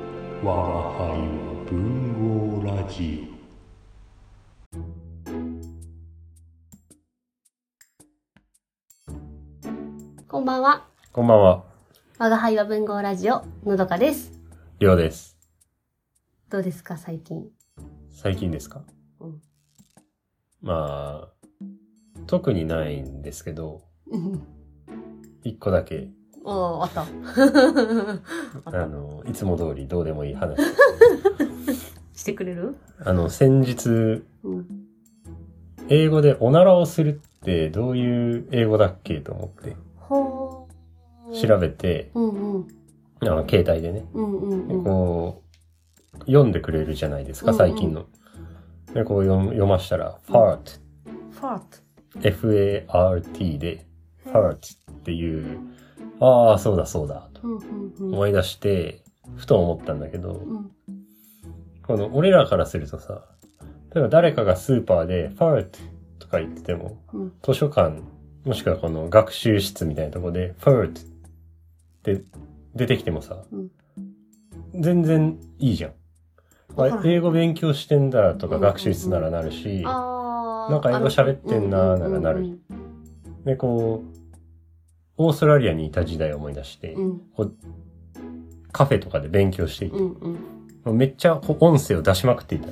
我が輩は文豪ラジこんばんは。こんばんは、我が輩は文豪ラジオ、のどかです。りょうです。どうですか、最近。最近ですかうんまあ、特にないんですけど、一個だけ、 おー、あった。あの、いつも通りどうでもいい話。 してくれるあの、先日、うん。英語でおならをするってどういう英語だっけと思ってほー。調べて、うんうん。あの、携帯でね、うんうんでうん。こう、読んでくれるじゃないですうか、んうん最近の。で、こう読む読ましたら、うん fart, ファート。 f-a-r-t で、hurt っていう、ああ、そうだそうだ、とうんうんうん。思い出して、ふと思ったんだけどう、んこの俺らからするとさ、例えば誰かがスーパーで、fart とか言ってても、うん図書館、もしくはこの学習室みたいなとこで、fart って出てきてもさ、うん全然いいじゃん。わからあん英語勉強してんだとうかんうんうん学習室ならなるし、あー。なんか英語喋ってんなーならなるうんで、こう、オーストラリアにいた時代を思い出して、うんカフェとかで勉強していてうんう、んうんうん。もうめっちゃこう音声を出しまくっていた。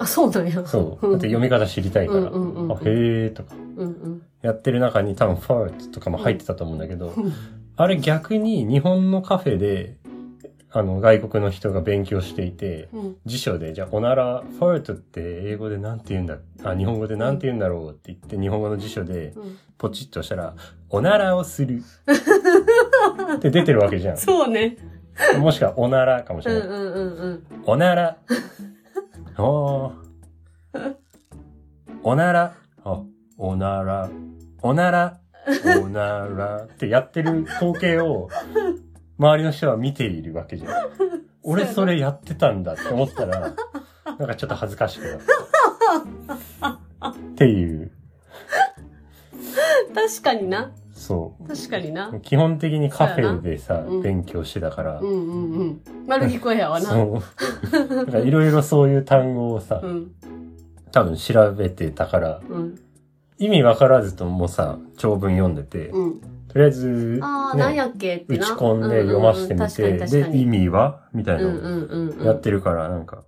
あ、そうなんや。そう。んだって読み方知りたいから、うんうんうんあへーとか、うんうん。やってる中に多分ファートとかも入ってたと思うんだけど、うんあれ逆に日本のカフェで、あの、外国の人が勉強していて、うん。辞書で、じゃあ、おなら、ファートって英語でなんて言うんだ、あ、日本語でなんて言うんだろうって言って、日本語の辞書で、うんポチッとしたら、おならをす る。って出てるわけじゃん。そうね。もしくは、おならかもしうれんなうい。んうんうん。おな ら。おー。おなら。あおなら。おなら。おなら。ってやってる光景を、周りの人は見ているわけじゃん。 俺それやってたんだって思ったら、なんかちょっと恥ずかしくな った。っていう。確かにな。そ確かにな。う。基本的にカフェでそうさやなうん、勉強してたからう、んうんうん。丸聞こえやわな。そう。なんかいろいろそういう単語をさう、ん多分調べてたから、うん意味わからずともさ、長文読んでて、うん。とりあえず、ああ、ねなんやっけって打な。ち込んで読ませてみうんうんて、確かに確かで、意に。味はみたいうんなうんうんうのん。やってるから、なんか、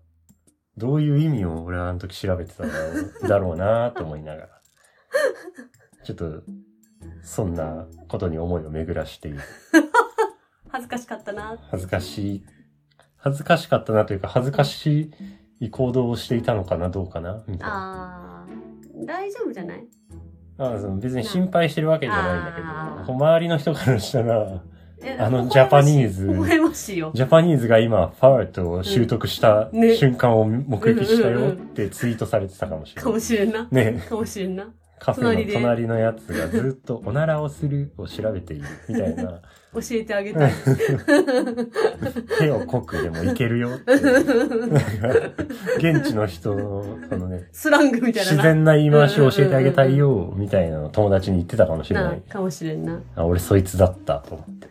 どういう意味を俺はあの時調べてたんだろうだろうなと思いな がら。ちょっと、そんなことに思いを巡らしている。恥ずかしかったな。恥ずかしい、恥ずかしかったなというか、恥ずかしい行動をしていたのかな、どうかなみたいな。ああ、大丈夫じゃないあその別に心配してるわけじゃないんだけあーど、周りの人からしたら、えあのジャパニーズ微笑ましいよ。ジャパニーズが今、ファートを習得したうんね瞬間を目撃したうんうんようっんてツイートされてたかもしれかなもい。しれんな。ねかもしれんな。カフ隣ェでの隣のやつがずっとおならをするを調べているみたいな、教えてあげたい。手をこくでもいけるよっていう。なんか現地の人の、そのね、スラングみたいな自な。然な言い回しを教えてあげたいよ、みたいなのを友達に言ってたかもしれな。ないかもしれんな。あ、俺そいつだったと思って。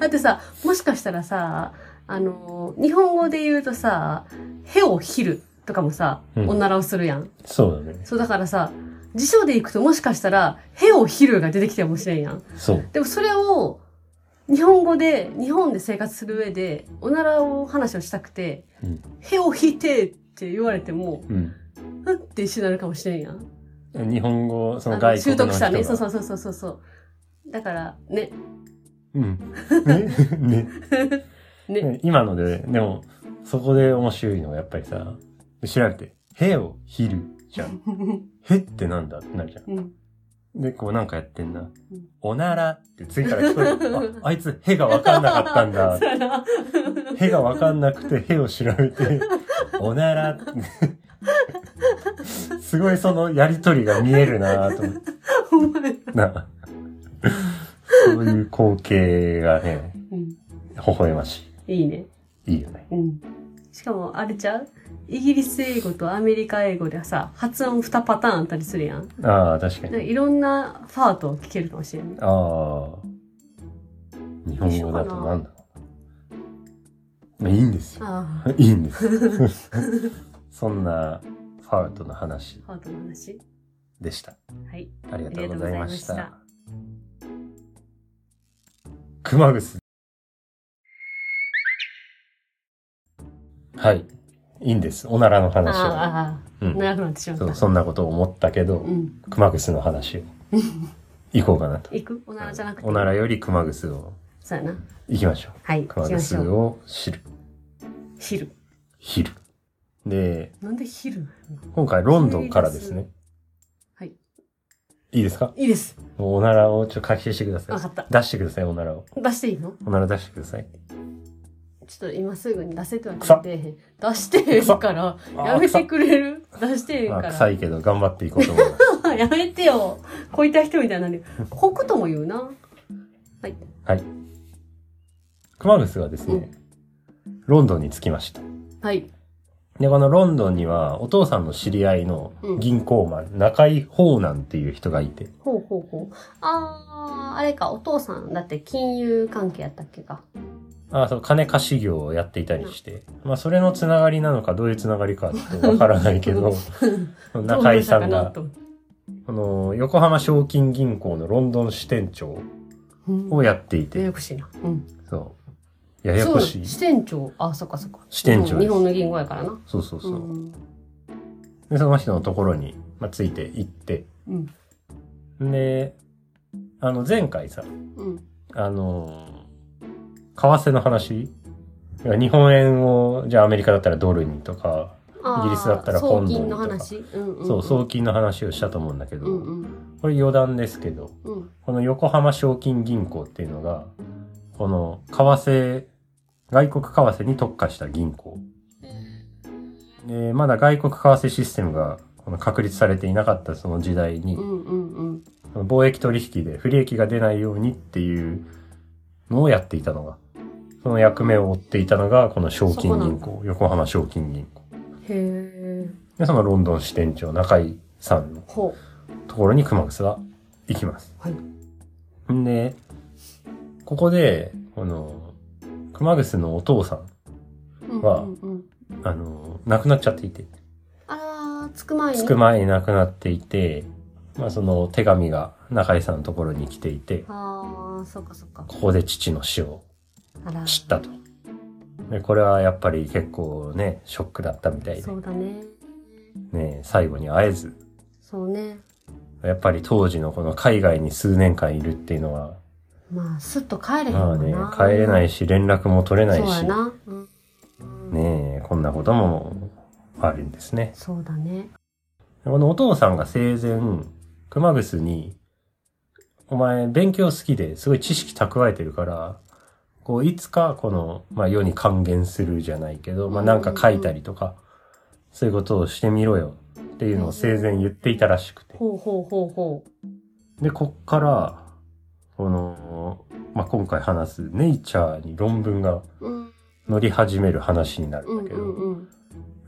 だってさ、もしかしたらさ、あの、日本語で言うとさ、へをひるとかもさ、うんおならをするやん。そうだね。そうだからさ、辞書で行くともしかしたら、へをひるが出てきてもしれんやん。そう。でもそれを、日本語で、日本で生活する上で、おならを話をしたくて、うんへをひいてって言われても、うん。ふって一緒になるかもしれんやん。日本語、そのあの外習国の人得が。したね。そうそうそうそうそうそう。だから、ね。うん。 ね。ね。ね今ので、でも、そこで面白いのはやっぱりさ、調べて、へをひるじゃん。へってなんだってなるじゃうん。ん。で、こうなんかやってんなうん。おならってついたら聞こ える。あ、あいつ、へがわかんなかったんだそう。やな。へがわかんなくて、へを調べて、おなら って。すごいそのやりとりが見えるなぁと思って。お前なそういう光景がね、うん。微笑ましいいね。い。いいよね。うん。しかも、あれちゃうイギリス英語とアメリカ英語でさ、発音2パターンあったりするやん。ああ、確かなんにか。いろんなファートを聞けるかもしれ ない。ああ。日本語だとなんだろまあいいんですよ。 あいいんです。そんなファウトの話あ、ハートの話。でした。はい。ありがとうございましありがとた。熊楠。はい。いいんです。おならの話を。ああ、うん長くなってしまっそうた。そんなことを思ったけどう、ん。熊楠の 話を。行こうかなと。行くおならじゃなくて。おならより熊楠をそうやな。行きましょう。はい。行熊きまし楠ょう。を知る。昼。昼。で、なんで昼今回ロンドンからですね。はい。いいですかいいです。もうおならをちょっと回収してくださわかったい。出してください、おならを。出していいのおなら出してください。ちょっと今すぐに出せっては臭っ出えへん。出してへんから、あーやめてくれる出してへんまかあ、ら。臭いけど頑張っていこうと思います。 やめてよ。こういった人みたいになんで。こくとも言うな。はい。はい。熊楠がですね、ロンドンに着きました。はい。で、このロンドンには、お父さんの知り合いの銀行マン、中井法南っていう人がいて、ほうほうほう。あー、あれか、お父さん、だって金融関係やったっけか。あそう、金貸し業をやっていたりして、まあ、それのつながりなのか、どういうつながりかちょっとわからないけど、 中井さんが、 どうこの、横浜賞金銀行のロンドン支店長なっをやっていたやてや、こしいな。うん。そう。ややこしい。支店長。あ、そっかそっか。支店長ですうん日本の銀行やからな。そうそうそう。ん。で、その人のところに、まあ、ついて行って、うん。で、あの、前回さ、うん。あのー為替の話日本円を、じゃあアメリカだったらドルにとか、あーイギリスだったらポンド送にとか金の話。うんうん。そう、送金の話をしたと思うんだけど、うんうん。これ余談ですけど、うん。この横浜賞金銀行っていうのが、この、為替、外国為替に特化した銀行。で、まだ外国為替システムが、この確立されていなかったその時代にう、んうんうん。貿易取引で不利益が出ないようにっていうのをやっていたのが、その役目を負っていたのが、この賞金銀そこ行、横浜賞金銀行。へえ。で、そのロンドン支店長、中井さんのほところに熊楠は行きます。はいんで、ここで、この、熊楠のお父さん、う。うんはうんうん。あの、亡くなっちゃっていて、あら、着く前に。着く前に亡くなっていて、まあその手紙が中井さんのところに来ていて、ああ、そっかそっか。ここで父の死をあら、知ったと。で、これはやっぱり結構ね、ショックだったみたいでそ、うだね。ね、最後に会えず、そうね。やっぱり当時のこの海外に数年間いるっていうのは、まあ、すっと帰れへんまもあんねな。、。帰れないいし、連絡も取れないそうやし、な。うん。ねえ、こんなこともあるんですね。そうだね。このお父さんが生前、熊楠に、お前勉強好きですごい知識蓄えてるから、こういつかこの、まあ世に還元するじゃないけど、まあなんか書いたりとか、そういうことをしてみろよっていうのを生前言っていたらしくて。ほうほうほうほう。で、こっから、この、まあ今回話すネイチャーに論文がうん、乗り始める話になうるんだん、けうど、ん、うん。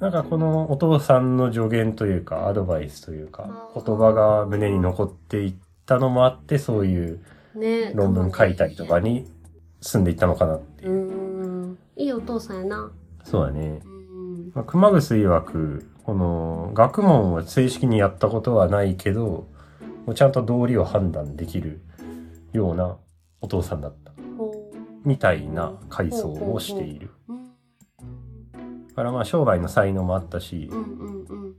なんかこのお父さんの助言というか、アドバイスというか、言葉が胸に残っていったのもあって、そういうね論文書いたりとかね。に進んでいったのかなっていうう。ん。いいお父さんやな。そうだねう。ん。まあ、熊楠曰く、この学問を正式にやったことはないけど、もうちゃんと道理を判断できるようなお父さんだった。ほみたいな回想をしている。う。うん、だからまあ商売の才能もあったしう、ん、うん、うん。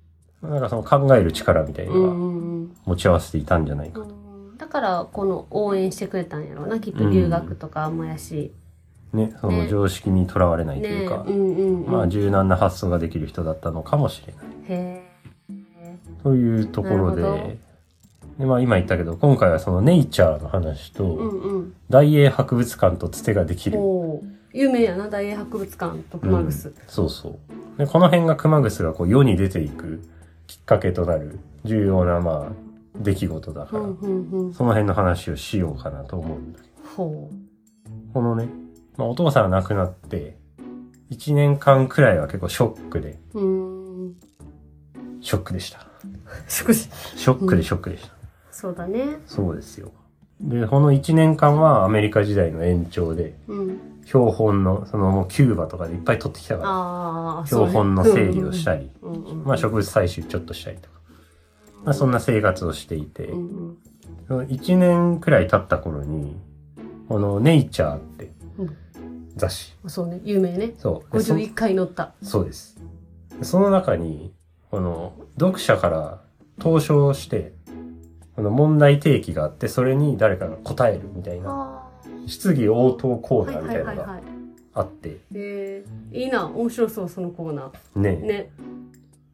なんかその考える力みたいなうのはん、うん。持ち合わせていたんじゃないかうんだから、この応援してくれたんやろうな。きっと留学とかもやし。ね、その常識にとらわれないといねうか、うん、うん、うん。まあ柔軟な発想ができる人だったのかもしれない。へえ。というところなるほで、でまあ今言ったけど、今回はそのネイチャーの話と、うん、うん。大英博物館とつてができる。おお有名やな大英博物館うとん熊楠、そうそう。で、この辺が熊楠がこう世に出ていくきっかけとなる重要なまあ出来事だうから、んうんうんその辺の話をしようかなと思うんだけど。ほこのね、まあお父さんが亡くなって、1年間くらいは結構ショックで、ううーんショックでした。少しショックでショックでした。そうだねそうですよ。で、この1年間はアメリカ時代の延長で、うん。標本の、そのもうキューバとかでいっぱい取ってきたから、ああ、標本の整理をしたい。り、うんうんうんまあ植物採集ちょっとしたりとか、まあそんな生活をしていて、うんうんその1年くらい経った頃に、このネイチャーってうん雑誌。そうね、有名ね。そう。でそ51回乗った。そうです。その中に、この、読者から投書して、この問題提起があって、それに誰かが答えるみたいな、あ質疑応答コあ。ーはナいーみはたいいなのはいがはい。あって、えー、いいな、面白そう、そのコーナー。ね、ね。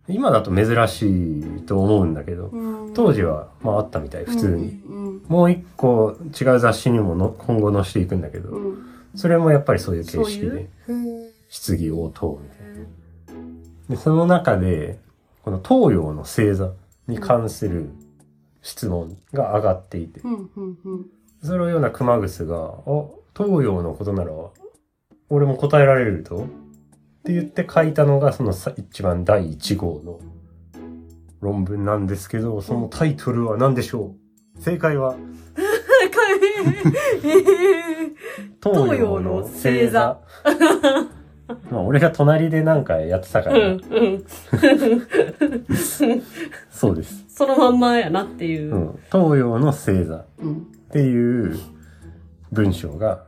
今だと珍しいと思うんだけど、当時は、まああったみたい、普通に。うんもう一個違う雑誌にもの今後載していくんだけうんうど、んうんそれもやっぱりそういう形式そういでう、うん質疑応答みたいな。で、その中で、この東洋の星座に関する質問が上がっていて、うんうんうんそれをような熊楠が、あ、東洋のことなら、俺も答えられるとって言って書いたのが、そのさ一番第一号の論文なんですけど、そのタイトルは何でしょう正解は、東洋の星東洋の星座座。 まあ、俺が隣でなんかやってたから、うんうんそうです。そのまんまやなっていうう。ん。東洋の星座。うんっていう文章が、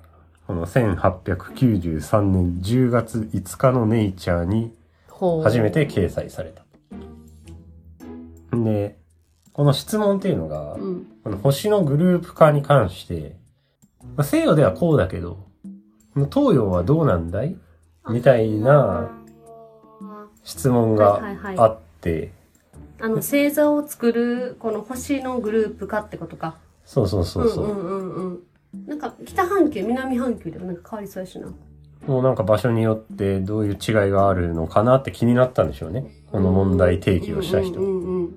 この1893年10月5日のネイチャーにほう初めて掲載された。で、この質問っていうのがう、んこの星のグループ化に関して、まあ西洋ではこうだけど、この東洋はどうなんだいみたいな質問がはいはいはいあって、あの星座を作るこの星のグループ化ってことかそうそうそうそう。んうんうんうんなんか北半球南半球でもなんか変わりそうやしなもうなんか場所によってどういう違いがあるのかなって気になったんでしょうね。この問題提起をした人。うんうんうん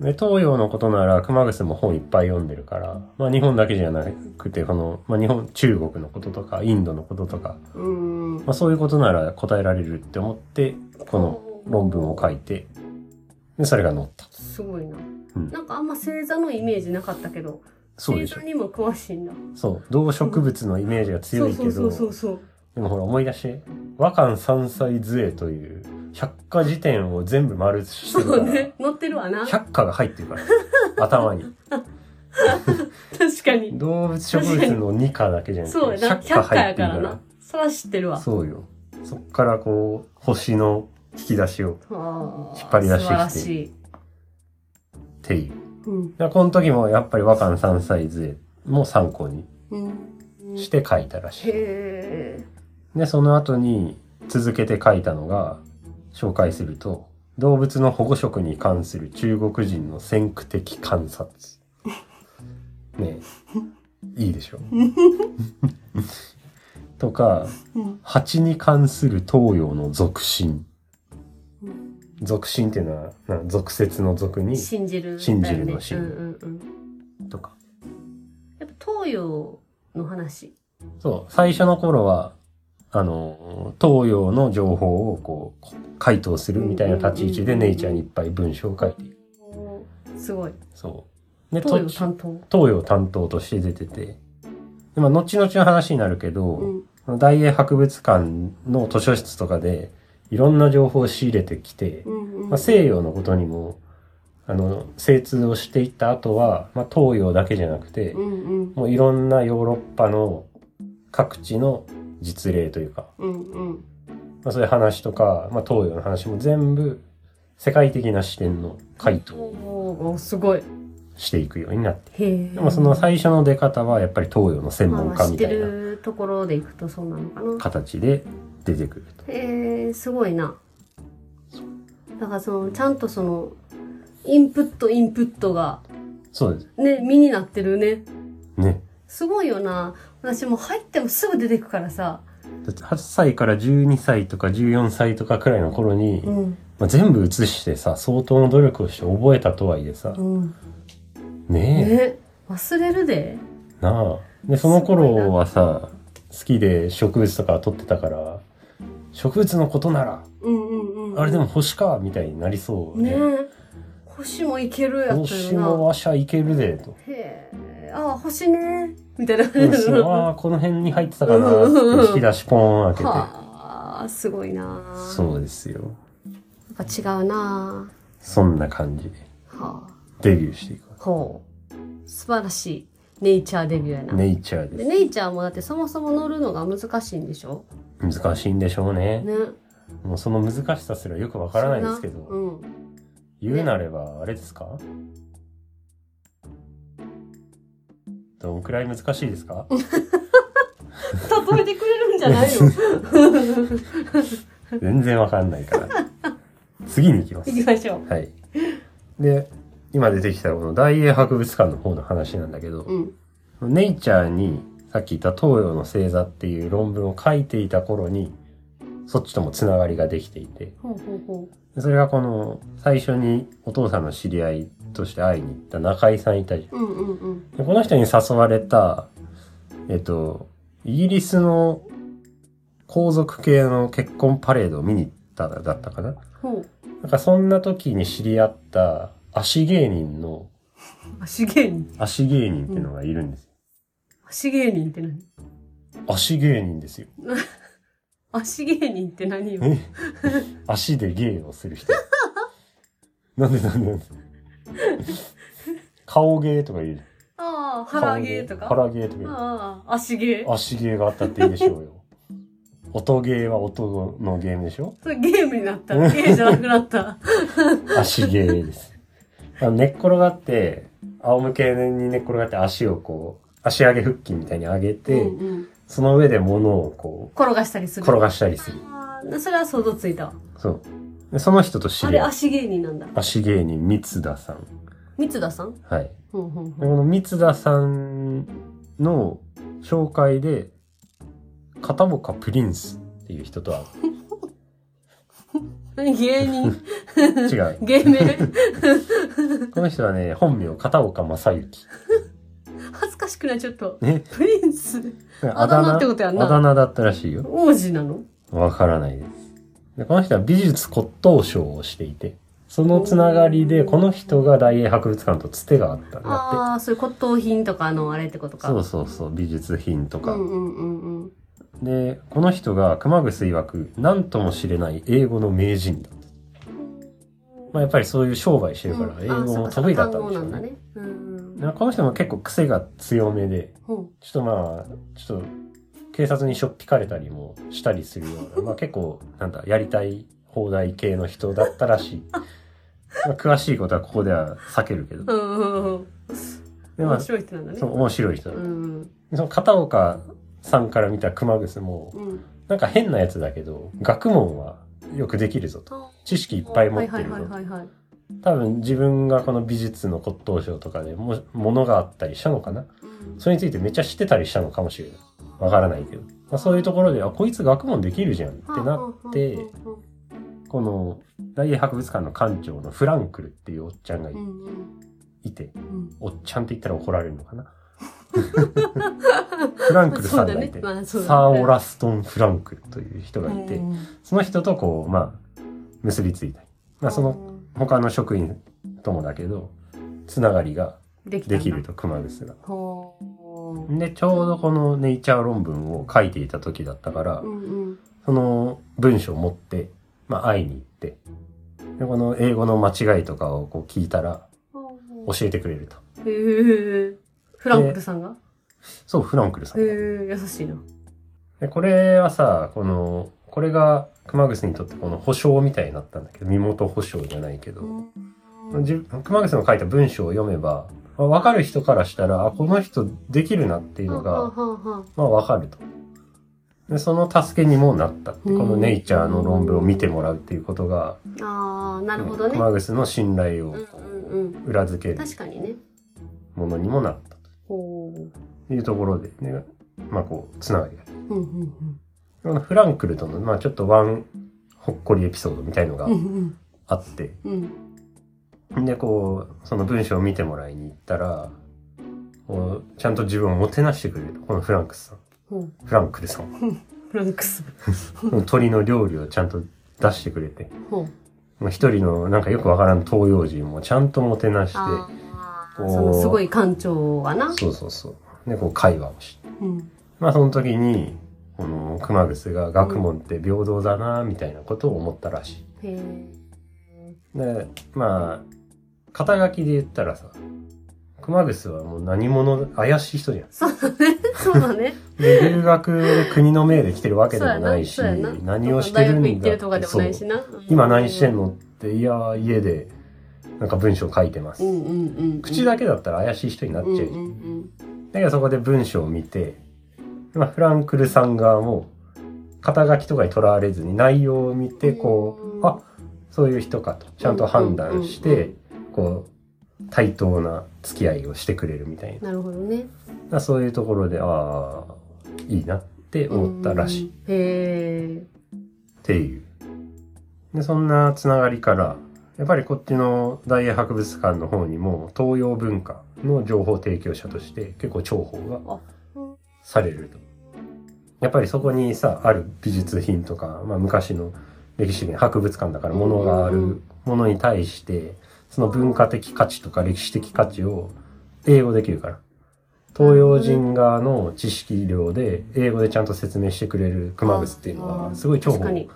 で、東洋のことなら、熊楠も本いっぱい読んでるから、まあ日本だけじゃなくて、この、まあ日本、中国のこととか、インドのこととか、うんうんまあそういうことなら答えられるって思って、この論文を書いて、で、それが載った。すごいな、うんなんかあんま星座のイメージなかったけどそうで星しょ座。にも詳しいんだそう。動植物のイメージが強いけそどう、そうそうでもほら思い出して、和漢三歳図絵という、百科事典を全部丸写しそうてそうそうるからね、乗ってるわな百科が入ってるから、頭 に。確かに動物植物の二科だけじゃなそうくて、やな百科100回入っやてるからからな。そら知ってるわそうよ。そっからこう、星の引き出しをっあー引っ張り出してきて素晴らしい、ていう。うんでこの時もやっぱり和漢三歳図絵も参考にうん、へして書いたらしえい。で、その後に続けて書いたのが、紹介すると、動物の保護色に関する中国人の先駆的観 察。ねえ、いいでしょ とか、うん蜂に関する東洋の俗信うん。俗信っていうのは、なんか俗説の俗に、信じる、ね、信じるの信うんうんうん、とか。やっぱ東洋の話そう、最初の頃は、あの、東洋の情報をこう、回答するみたいな立ち位置でうんうんうんネイチャーにいっぱい文章を書いている。おーすごいそう。で、東洋途中担当東洋担当として出てて、でまあ、後々の話になるけど、うん大英博物館の図書室とかで、いろんな情報を仕入れてきて、うんうんまあ、西洋のことにも、あの、精通をしていった後は、まあ、東洋だけじゃなくて、うんうんもういろんなヨーロッパの各地の実例というか、うんうんまあ、そういう話とか、まあ、東洋の話も全部世界的な視点の回答をおーすごいしていくようになって。へえでもその最初の出方はやっぱり東洋の専門まあ家知っみてたいなるところでいくとそうなのかな形で出てくると。えー、すごいな。だからその、ちゃんとその、インプットインプットが、そうですね、身になってるね。ね。すごいよな。私もう入ってもすぐ出てくからさ。だって8歳から12歳とか14歳とかくらいの頃に、うん。まあ、全部写してさ、相当の努力をして覚えたとはいえさう、ん。ねえ、ね。忘れるで。なあ。で、その頃はさ、好きで植物とか撮ってたから、植物のことなら、うんうんうん。あれでも。星か、みたいになりそうねで、え。星もいけるやった星よもな。 わしゃいけるで、と。へで、ああ、星ね、みたいな。うんそうああ、この辺に入ってたかなーって引き出しポーン開けて。はあ、すごいなあそうですよ。やっぱ違うなそんな感じであはあ。デビューしていく。ほう。素晴らしい。ネイチャーデビューやな。ネイチャーででネイチャーもだってそもそも乗るのが難しいんでしょす。難しいんでしょうね。ね。もうその難しさすらよくわからないんですけそど、んなうん。言うなればあれですかどんくらい難しいですか例えてくれるんじゃないよ。全然わかんないから。次に行きます行。きましょう。はい。で、今出てきたこの大英博物館の方の話なんだけど、うん。ネイチャーにさっき言った東洋の星座っていう論文を書いていた頃に、そっちともつながりができていて、ほうほうほそれがこの最初にお父さんの知り合いとして会いに行った中井さんいたじゃんう。うんうんうん。でこの人に誘われた、えっと、イギリスの皇族系の結婚パレードを見に行っただったかな。ほう。なんかそんな時に知り合った足芸人の、足芸人。足芸人っていうのがいるんですよ。足芸人って何足芸人ですよ。足芸人って何よ。え足で芸をする 人。なんでなんでなんで顔芸とか言うじああ、ゃん。腹芸とか。顔腹芸とか言う。ああ、足芸。足芸があったっていいでしょうよ。音芸は音のゲームでしょそれゲームになった。芸じゃなくなった。足芸です。 あの寝っ転がって、仰向けに寝っ転がって足をこう、足上げ腹筋みたいに上げて、うんうん、その上で物をこ転がしたりすう、る。転がしたりする。ああ、それは想像ついたわ。そう。でその人と知ありれ合い、足芸人なんだ。足芸人、三田さん。三田さんはい。ほうほうほでこの三田さんの紹介で、片岡プリンスっていう人とは、う何 芸人 違う。芸名この人はね、本名、片岡正幸。恥ずかしくないちょっと。ね。プリンスああだ名ってことやんなあだ名だったらしいよ。王子なのわからないです。で、この人は美術骨董賞をしていて、そのつながりで、この人が大英博物館とつてがあったんだああ、そういう骨董品とかのあれってことって。か。そうそうそう、美術品とか。うんうんうんうん。で、この人が熊楠曰く、何とも知れない英語の名人だった。まあやっぱりそういう商売してるから、英うんあ語そっもかそっか得意だったん単でしょ語なうんだね。ね。うんうん。なんかこの人も結構癖が強めで、ほうちょっとまあ、ちょっと警察にしょっぴかれたりもしたりするような、まあ結構、なんだ、やりたい放題系の人だったらし い。まあ詳しいことはここでは避けるけど。うんうんうん。でま面あ、そ白い人なんだね。う面白い人だう。んその片岡さんから見た熊楠も、うん。なんか変なやつだけど、学問はよくできるぞと。あ知識いっーぱい持ってはいるはいぞ。はいはいはい。多分自分がこの美術の骨董賞とかでも、ものがあったりしたのかなうんそれについてめっちゃ知ってたりしたのかもしれない。わからないけど。まあ、そういうところで、あ、こいつ学問できるじゃんってなって、この大英博物館の館長のフランクルっていうおっちゃんがうんうんいて、うんおっちゃんって言ったら怒られるのかな フランクルさんがいて、まあサそうだねー・オラストン・フランクルという人がいてう、んその人とこう、まあ、結びついたり。まあ、その他の職員ともだけど、つながりができたでんだきると、熊楠が。ほうで、ちょうどこのネイチャー論文を書いていた時だったから、うんうんその文章を持って、まあ、会いに行って、で、この英語の間違いとかをこう聞いたら、教えてくれると。へーフランクルさんがそう、フランクルさへん。え優しいなで、これはさ、この、これが熊楠にとってこの保証みたいになったんだけど、身元保証じゃないけど、自分熊楠の書いた文章を読めば、まあわかる人からしたら、あこの人できるなっていうのが、はあはあはあまあわかると。で、その助けにもなったって、このネイチャーの論文を見てもらうっていうことが、ああなるほどねマグスの信頼うをんうんうん裏付ける確かにねものにもなったほうというところで、ね、まあこう、つながりが。うんうんこのフランクルとの、まあちょっとワンほっこりエピソードみたいのがうんうんあって、うんうんで、こう、その文章を見てもらいに行ったら、こうちゃんと自分をもてなしてくれると、このフランクスさん。ほうフランクルさんは。フランクス鳥の料理をちゃんと出してくれて、ほうもう一人のなんかよくわからん東洋人もちゃんともてなして、あーそのすごい館長がな。そうそうそう。で、こう会話をして。うん。まあその時に、この熊楠が学問って平等だな、みたいなことを思ったらしへえ。い。で、まあ、肩書きで言ったらさ、熊楠はもう何者、怪しい人じゃん。そうだね。そうだね。で、留学で国の命で来てるわけでもないし、そうやなそうやな何をしてるんだ大学行ってるとかでもないしな。うん今何してんのって、いやー、家で、なんか文章書いてます。うんうんうんうん。口だけだったら怪しい人になっちゃううんじうゃん。んだけどそこで文章を見て、まあ、フランクルさん側も、肩書きとかにとらわれずに内容を見て、こうんう、あ、そういう人かと、ちゃんと判断しうんうんうんて、こう、対等な付き合いをしてくれるみたいうん。なるほどね。な、そういうところで、ああ、いいなって思ったらしい。い。へっていう。で、そんなつながりから、やっぱりこっちの大英博物館の方にも東洋文化の情報提供者として結構重宝があされると。やっぱりそこにさ、ある美術品とか、まあ昔の歴史的な博物館だから物があうんうんうるものに対して、その文化的価値とか歴史的価値を英語できるから。東洋人側の知識量で英語でちゃんと説明してくれる熊楠っていうのあーはすごい重確か宝に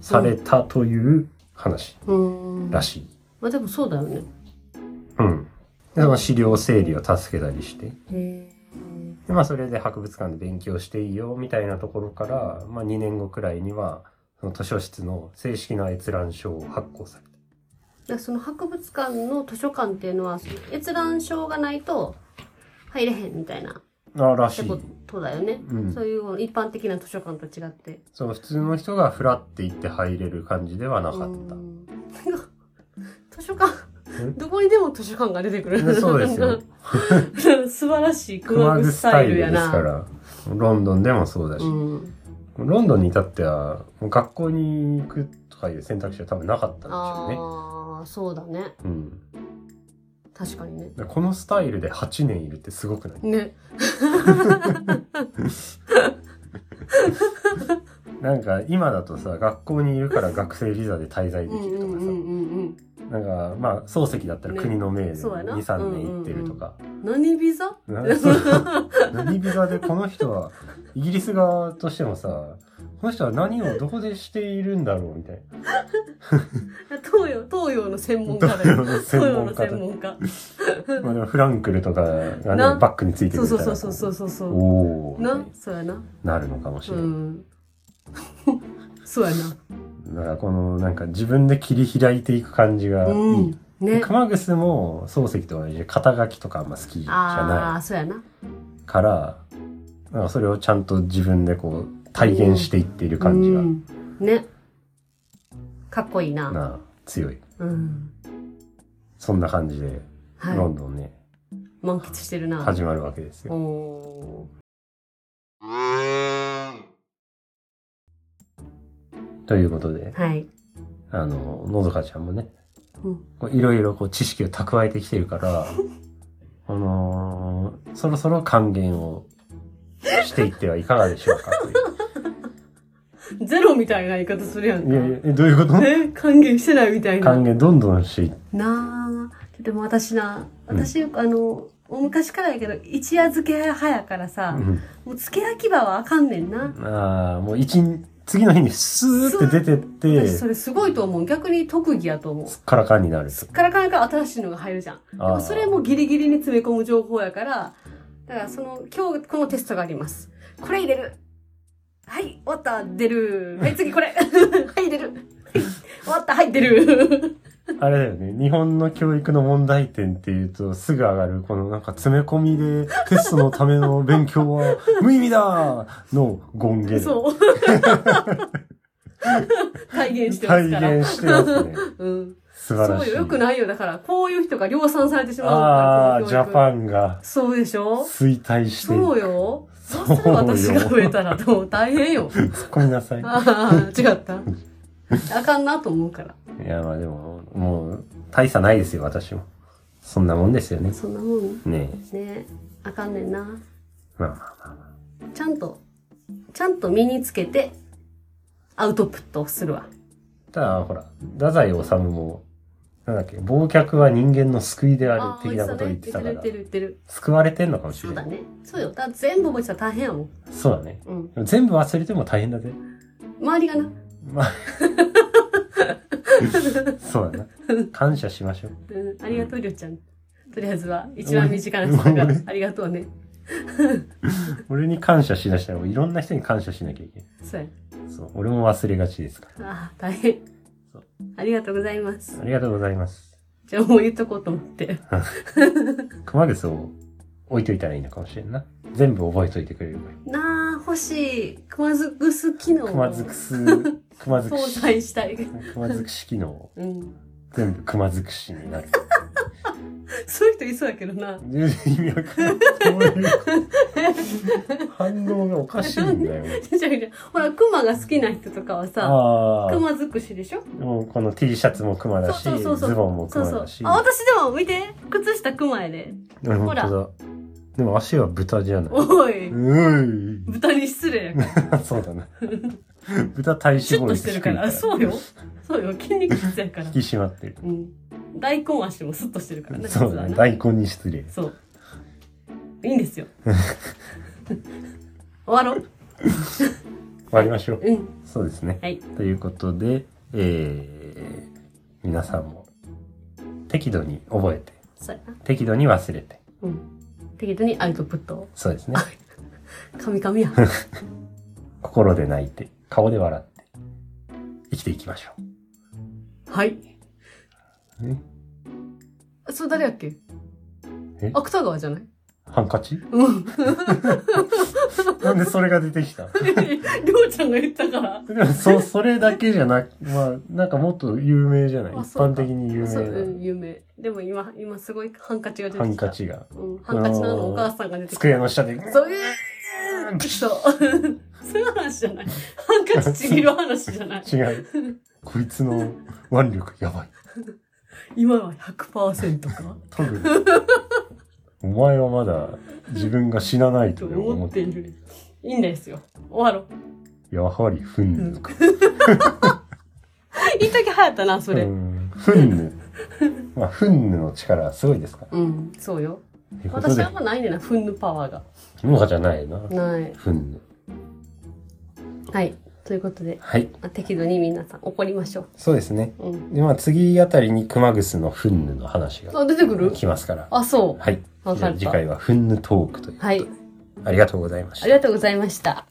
されたという話え。うん。らしい。まあでもそうだよね。うん。で、その資料整理を助けたりして。へで、まあそれで博物館で勉強していいよみたいなところから、まあ2年後くらいには、その図書室の正式な閲覧書を発行された。え。その博物館の図書館っていうのは、その閲覧証がないと入れへんみたいなっあらしていこ。とだよね。うんそういう一般的な図書館と違って。そう、普通の人がフラって行って入れる感じではなかっうんなんか図書館え、どこにでも図書館が出てくた。でる。そうですよ。 素晴らしいク熊ワ楠グススタタイイルルでやすな。から、ロンドンでもそうだし、うん、ロンドンに至っては、もう学校に行くとかいう選択肢は多分なかったんでしょうね。ああ、そうだね。うん。確かにね。でこのスタイルで8年いるってすごくないね。なんか今だとさ学校にいるから学生ビザで滞在うでんきうるとんかうさ、んうんなんかまあ漱石だったら国の命でねそうやな23年行ってるとか、うん。何ビザなそう何ビザでこの人はイギリス側としてもさこの人は何をどこでしているんだろうみたい東洋、東洋の専門家だ東洋よ。の東専洋門家のだ専門家。な、まあ、でもフランクルとかがなねバックについてそくうれたそらうそうそうそうそうそう。おおな、そうやな。なるのかもしうれない、ん。 そうやな。だからこのなんか自分で切り開いていく感じがいい、うん。ね。熊楠も漱石と同じで肩書きとかあんま好きじゃないああ、そうやな。から、なんかそれをちゃんと自分でこう、体現していっている感じが、うんね。かっこいいな。なあ、強い。うん。そんな感じで、はい。ロンドンね、満喫してるな。始まるわけですよ。おということでー、はい。あの、のどかちゃんもねうん、こういろいろこう知識を蓄えてきてる から、あのーそろそろ還元をしていってはいかがでしょうかというゼロみたいな言い方するやん いやいか。や、えどういうことね、還元してないみたいな。還元どんどんしていっなあ、でも私な、うん私、あの、昔からやけど、一夜漬け派やからさ、もう漬け焼き場はあかんねんな。うん、ああ、もう一日、次の日にスーって出てって、私それすごいと思う。逆に特技やと思う。すっからかんになるすっからかんから新しいのが入るじゃん。であーもそれもギリギリに詰め込む情報やから、だからその、今日このテストがあります。これ入れる。はい、終わった、出る。はい、次これ。 はい、出る。はい終わった、はい、出る。あれだよね。日本の教育の問題点っていうとすぐ上がる、このなんか詰め込みでテストのための勉強は無意味だの権限。 そう。体現してますから。体現してますね。うん。素晴らそしうい。よ。よくないよ。だから、こういう人が量産されてしまうああ、ジャン。パンがそうでしょ衰退して、そうよ。どうする私が増えたらどう大変よ。突っ込みなさい。いああ、違 った。あかんなと思うから。や、まあでも、もう、大差ないですよ、私も。そんなもんですよね。そんなもんねえ。ね。あかんねんな。まあまあまあ。ちゃんと、ちゃんと身につけて、アウトプットをするわ。ただ、ほら、太宰治も、なんだっけ、忘却は人間の救いであある的なことを言ってたか言らっ、てる言ってる救われてんのかもしそれうなだい。ねそうよだから全部覚えてたら大変やもん、そうだね。うん、でも全部忘れても大変だ ぜ。周りがなまあ、そうだな。感謝しましょう。うん、ありがとう、りょうちゃん。とりあえずは、一番身近な人だから俺、ありがとうね。俺に感謝しなしたら、いろんな人に感謝しなきゃいけなそうや。い。そう。俺も忘れがちですから。ああ、大変そう。ありがとうございます。ありがとうございます。じゃあもう言っとこうと思って。熊楠を置いといたらいいのかもしれんな。全部覚えといてくれるかなあ、欲しい。熊ずくす機能ら。を熊づくす、熊づく搭し。載したい。熊づくし機能 をうん。全部熊づくしになる。そういう人いそうやけどな。全然意味わかんないどういうこと。反応がおかしいんだよ。 じゃあじゃあほら、熊が好きな人とかはさ、ああ。熊尽くしでしょもうこの T シャツも熊だし、そうそうそうそうズボンもそう熊そうだし。。あ、私でも見て。靴下熊やで。うんほら本当だ。でも足は豚じゃない。おい。う豚に失礼 やから。ーい。 そうだな。豚体脂シュッ肪と率して低るいか。からら。そうよ。そうよ。筋肉質やから引き。締まってる。うん大根足もスッとしてるからねそう実だはね。な大根に失礼。そういい んですよ終わろう終わりましょう。うんそうですね。はいということで、えー、皆さんも適度に覚えて、そうやな適度に忘れて。うん適当にアウトプットをそうですね。カミカミや心で泣いて、顔で笑って、生きていきましょはいえそれ誰やっけえ。芥川じゃないうハンカチうん なんでそれが出てきたりょうちゃんが言ったからでもそ、それだけじゃなく、まあ、なんかもっと有名じゃない一あそう般的に有そう、うん、名有名でも今今すごいハンカチが出なてきハたンカチが、うん、ハンカチのあのお母さんが出てきた机の下で、そういう そう。そういう話じゃない。ハンカチちぎる話じ ゃない。違う。こいつの腕力やばい。今は100%か多分。お前はまだ自分が死なないととでも思思っって ている。る。いいんですよ。終わろう。やはり、ふんぬか。いい時流行ったな、それ。ふんぬ。まあ、ふんぬの力はすごいですから。うん、そうよ。ということ私ではあん、まないねんな、ふんぬパワーが。農家じゃないな。ない。ふんぬ。はい。ということで、はい。まあ適度に皆さん怒りましょそうですね。う。うん。で、まあ、次あたりに熊楠のふんぬの話があ、出てくる来ますから。あ、そう。はい。わじゃかあった次回はふんぬトークということで。はい。ありがとうございましあたり。がとうございました。